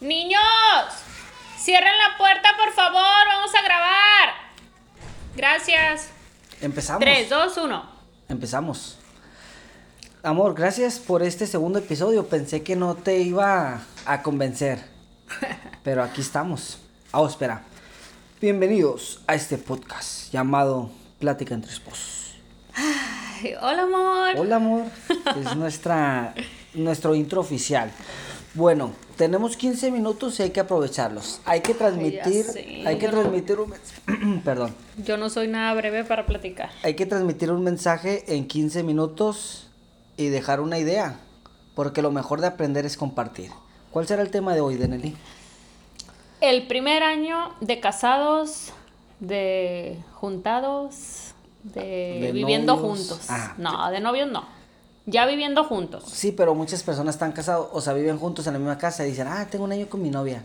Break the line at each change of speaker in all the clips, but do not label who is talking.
Niños, cierren la puerta, por favor, vamos a grabar. Gracias.
Empezamos.
3, 2, 1.
Empezamos. Amor, gracias por este segundo episodio. Pensé que no te iba a convencer. Pero aquí estamos. A espera. Bienvenidos a este podcast llamado Plática entre Esposos.
Hola, amor.
Hola, amor. Es nuestra, nuestro intro oficial. Bueno, tenemos 15 minutos y hay que aprovecharlos. Hay que transmitir,
sé,
hay que
yo no-
transmitir un mens- perdón.
Yo no soy nada breve para platicar.
Hay que transmitir un mensaje en 15 minutos y dejar una idea, porque lo mejor de aprender es compartir. ¿Cuál será el tema de hoy, Deneli?
El primer año de casados, de juntados, de,
Ah, De
viviendo
novios.
juntos.
Ah.
no, de novios no. Ya viviendo juntos.
Sí, pero muchas personas están casados, o sea, viven juntos en la misma casa y dicen, ah, tengo un año con mi novia.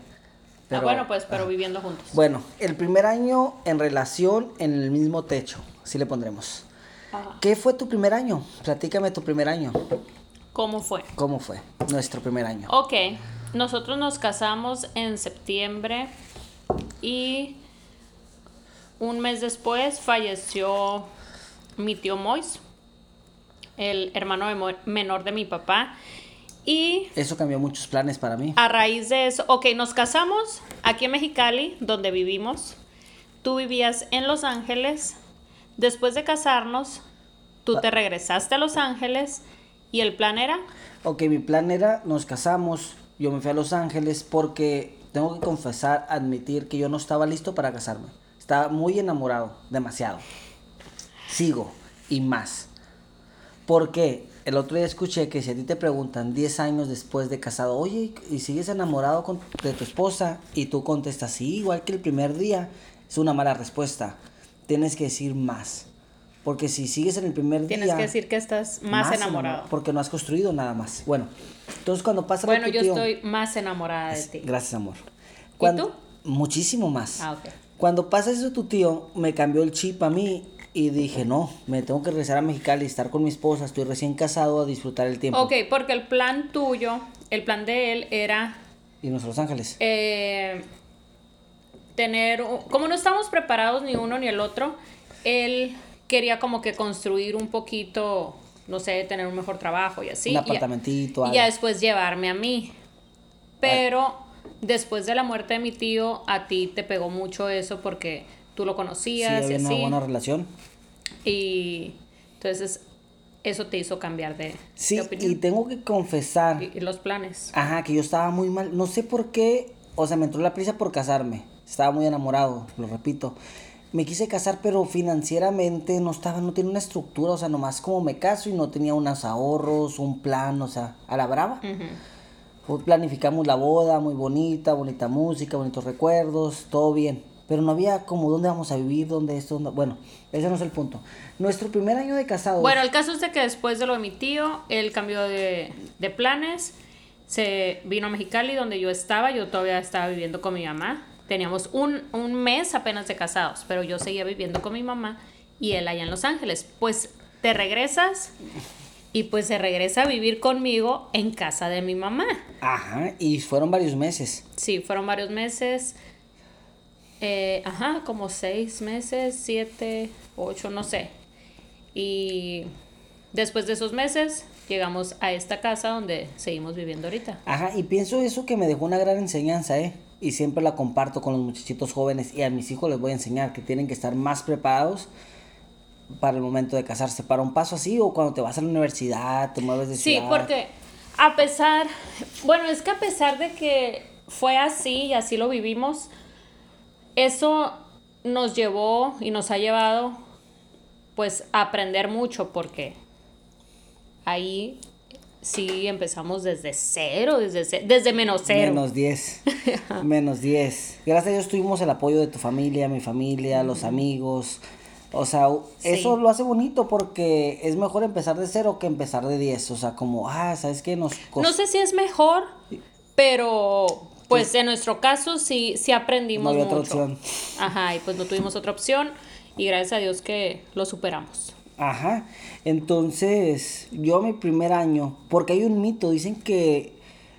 ah, bueno, pues, pero viviendo juntos.
Bueno, el primer año en relación en el mismo techo, así le pondremos.
Ajá.
¿Qué fue tu primer año? Platícame tu primer año.
¿Cómo fue?
¿Cómo fue nuestro primer año?
Ok, nosotros nos casamos en septiembre y un mes después falleció mi tío Mois, el hermano de mo- menor de mi papá. Y
Eso cambió muchos planes para mí.
a raíz de eso, ok, nos casamos aquí en Mexicali, donde vivimos. Tú vivías en Los Ángeles. Después de casarnos, tú te regresaste a Los Ángeles y el plan era
Ok, mi plan era, nos casamos, yo me fui a Los Ángeles porque tengo que confesar, admitir que yo no estaba listo para casarme. Estaba muy enamorado, demasiado. Sigo, y más. Porque el otro día escuché que si a ti te preguntan 10 años después de casado, oye, ¿y sigues enamorado con- de tu esposa? Y tú contestas, sí, igual que el primer día, es una mala respuesta. Tienes que decir más. Porque si sigues en el primer día...
Tienes que decir que estás más, enamorado.
Porque no has construido nada más. Bueno, entonces cuando pasa lo
Bueno,
que
yo
tío-
estoy más enamorada de ti.
Gracias, amor. Muchísimo más.
Ah, ok.
Cuando pasa eso tu tío, me cambió el chip a mí y dije, no, me tengo que regresar a Mexicali, estar con mi esposa, estoy recién casado, a disfrutar el tiempo.
Ok, porque el plan tuyo, el plan de él era
Y nuestros ángeles.
eh, tener, u- como no estamos preparados ni uno ni el otro, él quería como que construir un poquito, no sé, tener un mejor trabajo y así.
Un
y-
apartamentito,
Y ya
algo.
después llevarme a mí. Pero después de la muerte de mi tío, a ti te pegó mucho eso porque tú lo
Sí,
conocías y
había
así.
una buena relación.
Y entonces eso te hizo cambiar de,
Sí,
de
y
opinión.
tengo que confesar.
Y, y los planes.
Ajá, que yo estaba muy mal. No sé por qué. O sea, me entró la prisa por casarme. Estaba muy enamorado, lo repito. Me quise casar, pero financieramente no estaba, no tenía una estructura. O sea, nomás como me caso y no tenía unos ahorros, un plan, o sea, a la brava. Fue- Planificamos la boda, muy bonita, bonita música, bonitos recuerdos, todo bien. Pero no había como dónde vamos a vivir, dónde esto, dónde- Bueno, ese no es el punto. Nuestro primer año de casados.
Bueno, el caso es de que después de lo de mi tío, él cambió de, de planes, se vino a Mexicali donde yo estaba, yo todavía estaba viviendo con mi mamá. Teníamos un, un mes apenas de casados, pero yo seguía viviendo con mi mamá y él allá en Los Ángeles. Pues te regresas y pues se regresa a vivir conmigo en casa de mi mamá.
Ajá, y fueron varios meses.
Sí, fueron varios meses. Eh, ajá, como seis meses, siete, ocho, no sé. Y después de esos meses llegamos a esta casa donde seguimos viviendo ahorita.
Ajá, y pienso eso que me dejó una gran enseñanza, ¿eh? Y siempre la comparto con los muchachitos jóvenes y a mis hijos les voy a enseñar que tienen que estar más preparados para el momento de casarse, para un paso así o cuando te vas a la universidad, te mueves de
Sí,
ciudad.
porque a pesar, bueno, es que a pesar de que fue así y así lo vivimos, eso nos llevó y nos ha llevado pues a aprender mucho porque ahí sí empezamos desde cero, desde, ce- desde menos cero.
Menos 10. menos 10. Gracias a Dios tuvimos el apoyo de tu familia, mi familia, los amigos. O sea, u-
Sí.
eso lo hace bonito porque es mejor empezar de cero que empezar de 10. O sea, como, ah, ¿sabes qué? Nos costó.
No sé si es mejor, pero pues en nuestro caso sí, sí aprendimos
No había otra
mucho.
opción.
Ajá, y pues no tuvimos otra opción y gracias a Dios que lo superamos.
Ajá. Entonces, yo mi primer año, porque hay un mito, dicen que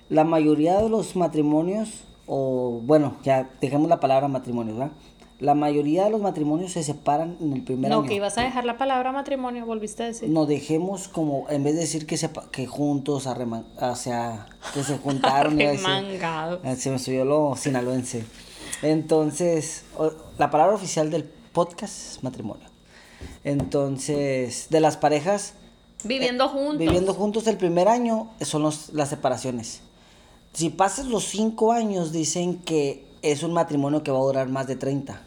La mayoría de los matrimonios, o bueno, ya dejemos la palabra matrimonio, ¿verdad? La mayoría de los matrimonios se separan en el primer
No,
año.
que ibas a dejar la palabra matrimonio, volviste a decir.
Nos dejemos como, en vez de decir que, sepa- que juntos, arreman- o sea, que se juntaron. iba a decir.
Remangado.
Ah, Se me subió lo sinaloense. Entonces, o- la palabra oficial del podcast es matrimonio. Entonces, de las parejas,
Viviendo juntos.
eh, viviendo juntos el primer año son los- las separaciones. Si pasas los cinco años, dicen que es un matrimonio que va a durar más de 30.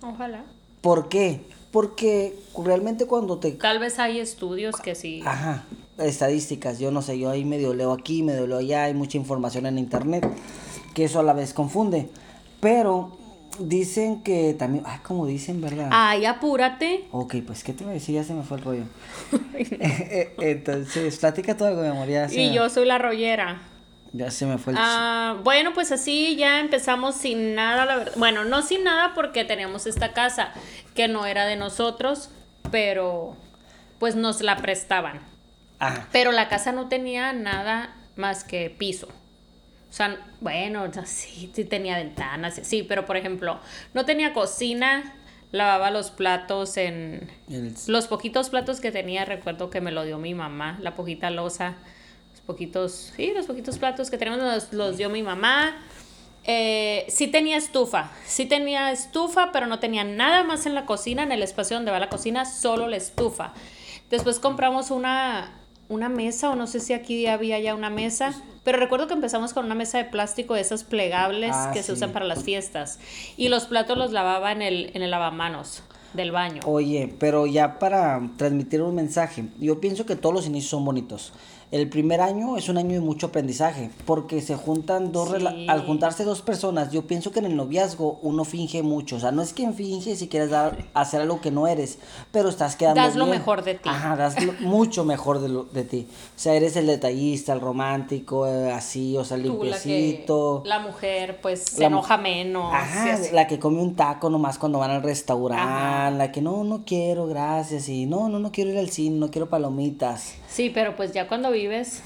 Ojalá.
¿Por qué? Porque realmente cuando te
Tal vez hay estudios que sí.
Ajá, estadísticas, yo no sé, yo ahí medio leo aquí, medio leo allá, hay mucha información en internet, que eso a la vez confunde. Pero dicen que también, ah, como dicen, ¿verdad?
Ay, apúrate.
Ok, pues, ¿qué te iba a decir? Ya se me fue el rollo. Eh, Entonces, platica todo algo, mi amor, ya se,
Y
me,
yo soy la rollera.
ya se me fue el...
Ah, bueno, pues así ya empezamos sin nada, la verdad. Bueno, no sin nada porque teníamos esta casa que no era de nosotros, pero pues nos la prestaban.
Ajá,
Pero la casa no tenía nada más que piso. O sea, bueno, o sea, sí, sí tenía ventanas, sí, sí, pero por ejemplo, no tenía cocina, lavaba los platos en...
el-
Los poquitos platos que tenía, recuerdo que me lo dio mi mamá, la poquita losa, los poquitos, sí, los poquitos platos que tenemos los, los dio mi mamá. Eh, sí tenía estufa, sí tenía estufa, pero no tenía nada más en la cocina, en el espacio donde va la cocina, solo la estufa. Después compramos una, una mesa, o no sé si aquí había ya una mesa, pero recuerdo que empezamos con una mesa de plástico de esas plegables
Ah,
que
sí.
se usan para las fiestas. Y los platos los lavaba en el, en el lavamanos del baño.
Oye, pero ya para transmitir un mensaje, yo pienso que todos los inicios son bonitos. El primer año es un año de mucho aprendizaje, porque se juntan dos, rela-
Sí.
al juntarse dos personas, yo pienso que en el noviazgo uno finge mucho, o sea, no es que finge si quieres dar, hacer algo que no eres, pero estás quedando
Das lo
bien.
mejor de ti.
Ajá, das lo- mucho mejor de, lo- de ti. O sea, eres el detallista, el romántico, eh, así, o sea,
tú la que-
limpiecito.
la mujer pues se
La mu-
enoja menos y
Ajá,
Ah, así.
la que come un taco nomás cuando van al restaurante,
Ajá.
la que no, no quiero, gracias, y no, no, no quiero ir al cine, no quiero palomitas.
sí pero pues ya cuando vives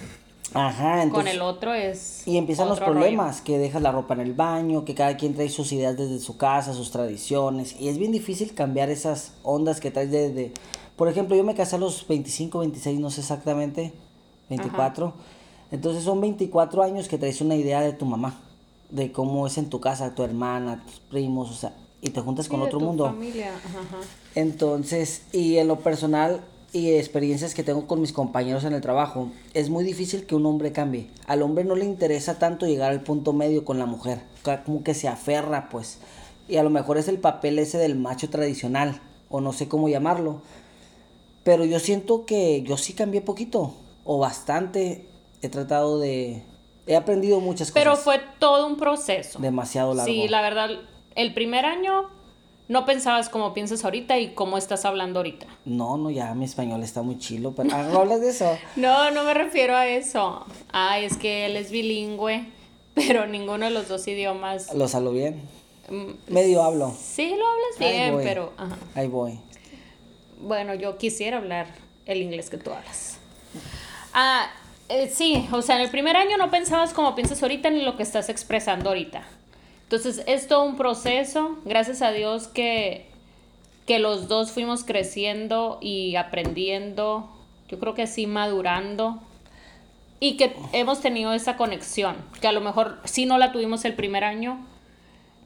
Ajá, entonces...
con el otro es
Y empiezan los
otro rollo.
problemas, que dejas la ropa en el baño, que cada quien trae sus ideas desde su casa, sus tradiciones, y es bien difícil cambiar esas ondas que traes desde... Por ejemplo, yo me casé a los 25, 26, no sé exactamente, 24. Entonces son 24 años que traes una idea de tu mamá, de cómo es en tu casa, tu hermana, tus primos, o sea, y te juntas con
Sí, de
otro
tu
mundo.
familia, ajá, ajá.
Entonces, y en lo personal y experiencias que tengo con mis compañeros en el trabajo, es muy difícil que un hombre cambie. Al hombre no le interesa tanto llegar al punto medio con la mujer, ca- como que se aferra, pues. Y a lo mejor es el papel ese del macho tradicional, o no sé cómo llamarlo. Pero yo siento que yo sí cambié poquito, o bastante. He tratado de... He aprendido muchas cosas.
pero fue todo un proceso
demasiado largo.
sí la verdad el primer año no pensabas como piensas ahorita y cómo estás hablando ahorita
No, no, ya mi español está muy chilo, pero... Ah, ¿no hablas de eso?
no no me refiero a eso ay Ah, es que él es bilingüe pero ninguno de los dos idiomas
Lo salgo bien.
mm,
Medio hablo.
sí lo hablas
Ahí
bien
voy.
pero ajá.
Ahí voy.
Bueno, yo quisiera hablar el inglés que tú hablas. Ah, eh, sí, o sea, en el primer año no pensabas como piensas ahorita ni lo que estás expresando ahorita. Entonces, es todo un proceso. Gracias a Dios que, que los dos fuimos creciendo y aprendiendo. Yo creo que sí, madurando. Y que hemos tenido esa conexión, que a lo mejor sí no la tuvimos el primer año,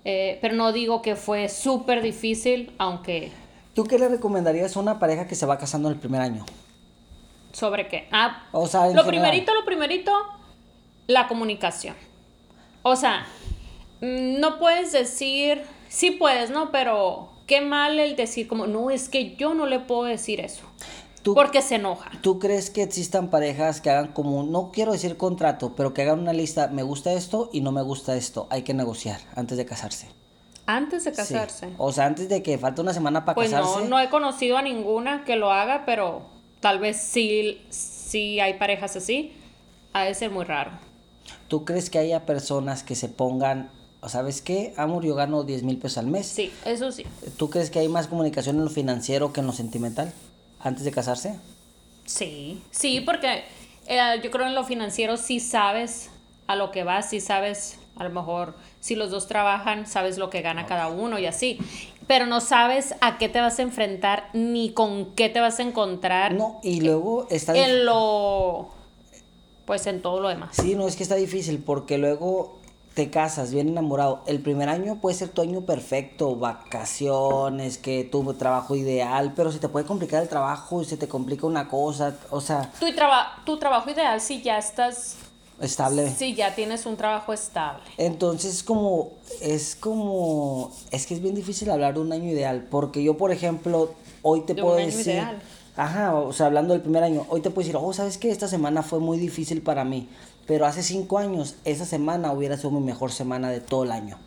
eh, pero no digo que fue súper difícil, aunque
¿Tú qué le recomendarías a una pareja que se va casando en el primer año?
¿Sobre qué? Ah,
O sea, en
lo
general.
primerito, lo primerito, la comunicación. O sea, mm, no puedes decir, sí puedes, ¿no? Pero qué mal el decir como, no, es que yo no le puedo decir eso.
¿Tú,
Porque se enoja.
¿Tú crees que existan parejas que hagan como, un- no quiero decir contrato, pero que hagan una lista, me gusta esto y no me gusta esto? Hay que negociar antes de casarse.
Antes de
Sí.
casarse.
O sea, antes de que falte una semana para
Pues
casarse.
no, no he conocido a ninguna que lo haga, pero tal vez sí, sí hay parejas así. Ha de ser muy raro.
¿Tú crees que haya personas que se pongan, "O ¿sabes qué? Amor, yo gano 10 mil pesos al mes.
Sí, eso sí.
¿Tú crees que hay más comunicación en lo financiero que en lo sentimental antes de casarse?
Sí, sí, porque eh, yo creo en lo financiero sí sabes a lo que vas, sí sabes, a lo mejor, si los dos trabajan, sabes lo que gana cada uno y así. Pero no sabes a qué te vas a enfrentar ni con qué te vas a encontrar
No, y luego está... dif-
en lo. Pues en todo lo demás.
Sí, no, es que está difícil porque luego te casas bien enamorado. El primer año puede ser tu año perfecto, vacaciones, que tu trabajo ideal, pero se te puede complicar el trabajo y se te complica una cosa, o sea,
Tu, traba- tu trabajo ideal, si ya estás.
estable.
Si ya tienes un trabajo estable.
Entonces como es como es que es bien difícil hablar de un año ideal porque yo por ejemplo hoy te
De un
puedo
año
decir
ideal.
ajá o sea hablando del primer año hoy te puedo decir oh sabes que esta semana fue muy difícil para mí pero hace cinco años esa semana hubiera sido mi mejor semana de todo el año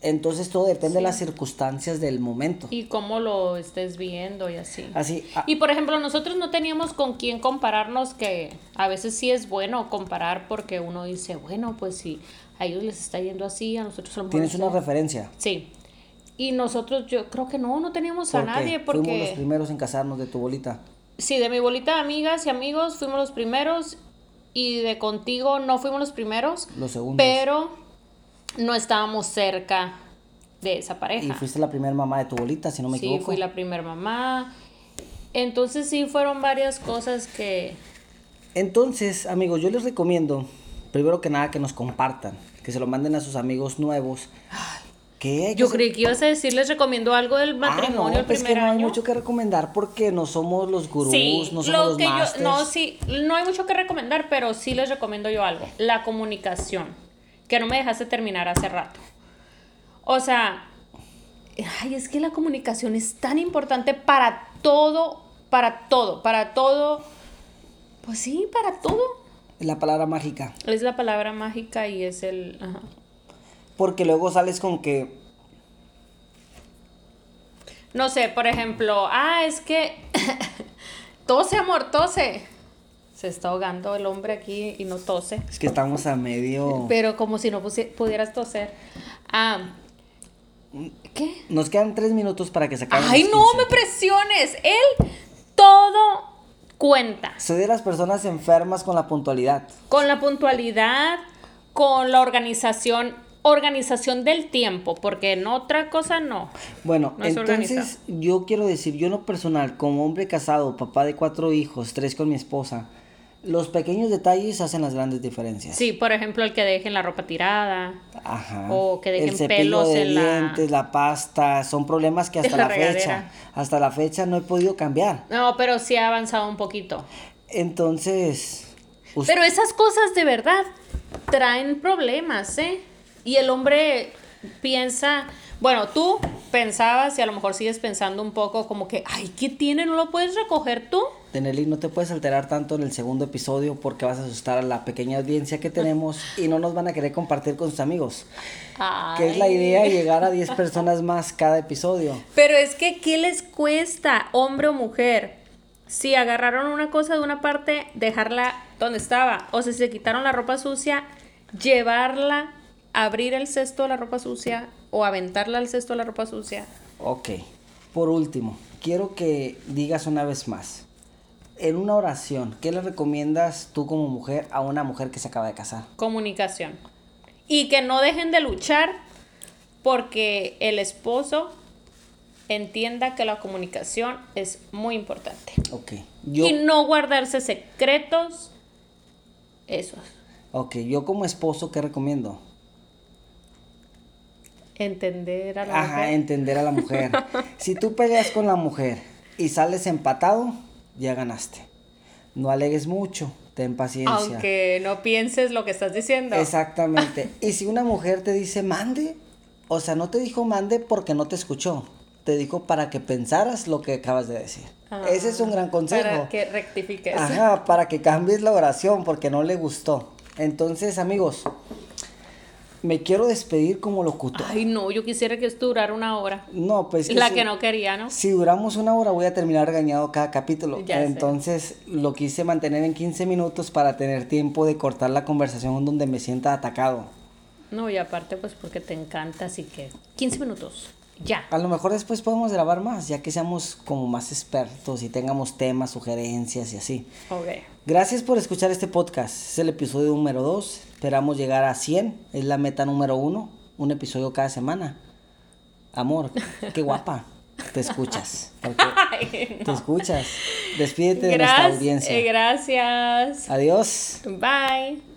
entonces todo depende de las circunstancias del momento
Y cómo lo estés viendo y así.
así ah,
Y por ejemplo, nosotros no teníamos con quién compararnos, que a veces sí es bueno comparar porque uno dice, bueno, pues sí, a ellos les está yendo así, a nosotros a lo mejor
tienes
nos
una
está-
referencia
Sí. Y nosotros, yo creo que no, no teníamos a
¿Por qué?
nadie
fuimos los
porque...
primeros en casarnos de tu bolita
Sí, de mi bolita de amigas y amigos fuimos los primeros y de contigo no fuimos los primeros,
los segundos
pero no estábamos cerca de esa pareja.
y fuiste la primera mamá de tu bolita si no me
sí,
equivoco
fui la primer mamá. Entonces sí fueron varias cosas que
Entonces, amigos, yo les recomiendo, primero que nada, que nos compartan, que se lo manden a sus amigos nuevos. ¿Qué? ¿Qué
yo
se-
creí que ibas a decir les recomiendo algo del
Ah,
matrimonio
no,
el
pues
primer
que no hay
año.
mucho que recomendar porque no somos los gurús,
sí,
no somos
lo
los
que yo
masters.
no sí, no hay mucho que recomendar, pero sí les recomiendo yo algo, la comunicación, que no me dejaste terminar hace rato. O sea, ay, es que la comunicación es tan importante para todo, para todo, para todo. Pues sí, para todo.
La palabra mágica.
Es la palabra mágica y es el. ajá.
Porque luego sales con que
No sé, por ejemplo, ah, es que. tose, amor, tose. Se está ahogando el hombre aquí y no tose.
es que estamos a medio.
Pero como si no pusi- pudieras toser. Ah. ¿Qué?
Nos quedan tres minutos para que se acabe.
¡Ay, no me presiones! Él todo cuenta.
Soy de las personas enfermas con la puntualidad.
Con la puntualidad, con la organización, organización del tiempo, porque en otra cosa no.
Bueno,
No es
entonces
organizado.
yo quiero decir, yo en lo personal, como hombre casado, papá de cuatro hijos, tres con mi esposa, los pequeños detalles hacen las grandes diferencias.
Sí, por ejemplo, el que dejen la ropa tirada.
Ajá.
O que dejen
El cepillo
pelos
de
en la-
dientes, la... pasta, son problemas que
En
hasta
la
la, fecha,
regadera.
hasta la fecha no he podido cambiar.
No, pero sí ha avanzado un poquito.
Entonces, us-
Pero esas cosas de verdad traen problemas, ¿eh? Y el hombre piensa, bueno, tú pensabas y a lo mejor sigues pensando un poco como que, ay, ¿qué tiene? ¿No lo puedes recoger tú?
Tenelí, no te puedes alterar tanto en el segundo episodio porque vas a asustar a la pequeña audiencia que tenemos y no nos van a querer compartir con sus amigos. Que es la
Ay.
idea llegar a 10 personas más cada episodio.
Pero es que, ¿qué les cuesta, hombre o mujer? Si agarraron una cosa de una parte, dejarla donde estaba. O si se quitaron la ropa sucia, llevarla, abrir el cesto de la ropa sucia o aventarla al cesto de la ropa sucia.
Ok. Por último, quiero que digas una vez más, en una oración, ¿qué le recomiendas tú como mujer a una mujer que se acaba de casar?
Comunicación. Y que no dejen de luchar porque el esposo entienda que la comunicación es muy importante.
Ok. Yo,
Y no guardarse secretos. Eso.
ok, yo como esposo, ¿qué recomiendo?
Entender a la
Ajá,
mujer.
entender a la mujer. si tú peleas con la mujer y sales empatado, ya ganaste. No alegues mucho, ten paciencia.
Aunque no pienses lo que estás diciendo.
Exactamente. y si una mujer te dice mande, o sea, no te dijo mande porque no te escuchó. Te dijo para que pensaras lo que acabas de decir.
Ah,
Ese es un gran consejo.
Para que rectifiques.
Ajá, para que cambies la oración porque no le gustó. Entonces, amigos, me quiero despedir como locutor.
Ay, no, yo quisiera que esto durara una hora.
no, pues
la
si-
que no quería, ¿no?
Si duramos una hora voy a terminar regañado cada capítulo.
Ya sé.
Entonces lo quise mantener en 15 minutos para tener tiempo de cortar la conversación donde me sienta atacado.
No, y aparte, pues porque te encanta, así que 15 minutos. Ya.
A lo mejor después podemos grabar más, ya que seamos como más expertos y tengamos temas, sugerencias y así.
Ok.
Gracias por escuchar este podcast. Es el episodio número 2. Esperamos llegar a 100. Es la meta número 1. Un episodio cada semana. Amor, qué guapa. Te escuchas. Porque
Ay,
te
no.
escuchas. Despídete de nuestra
Gracias.
audiencia.
eh, Gracias.
Adiós.
Bye.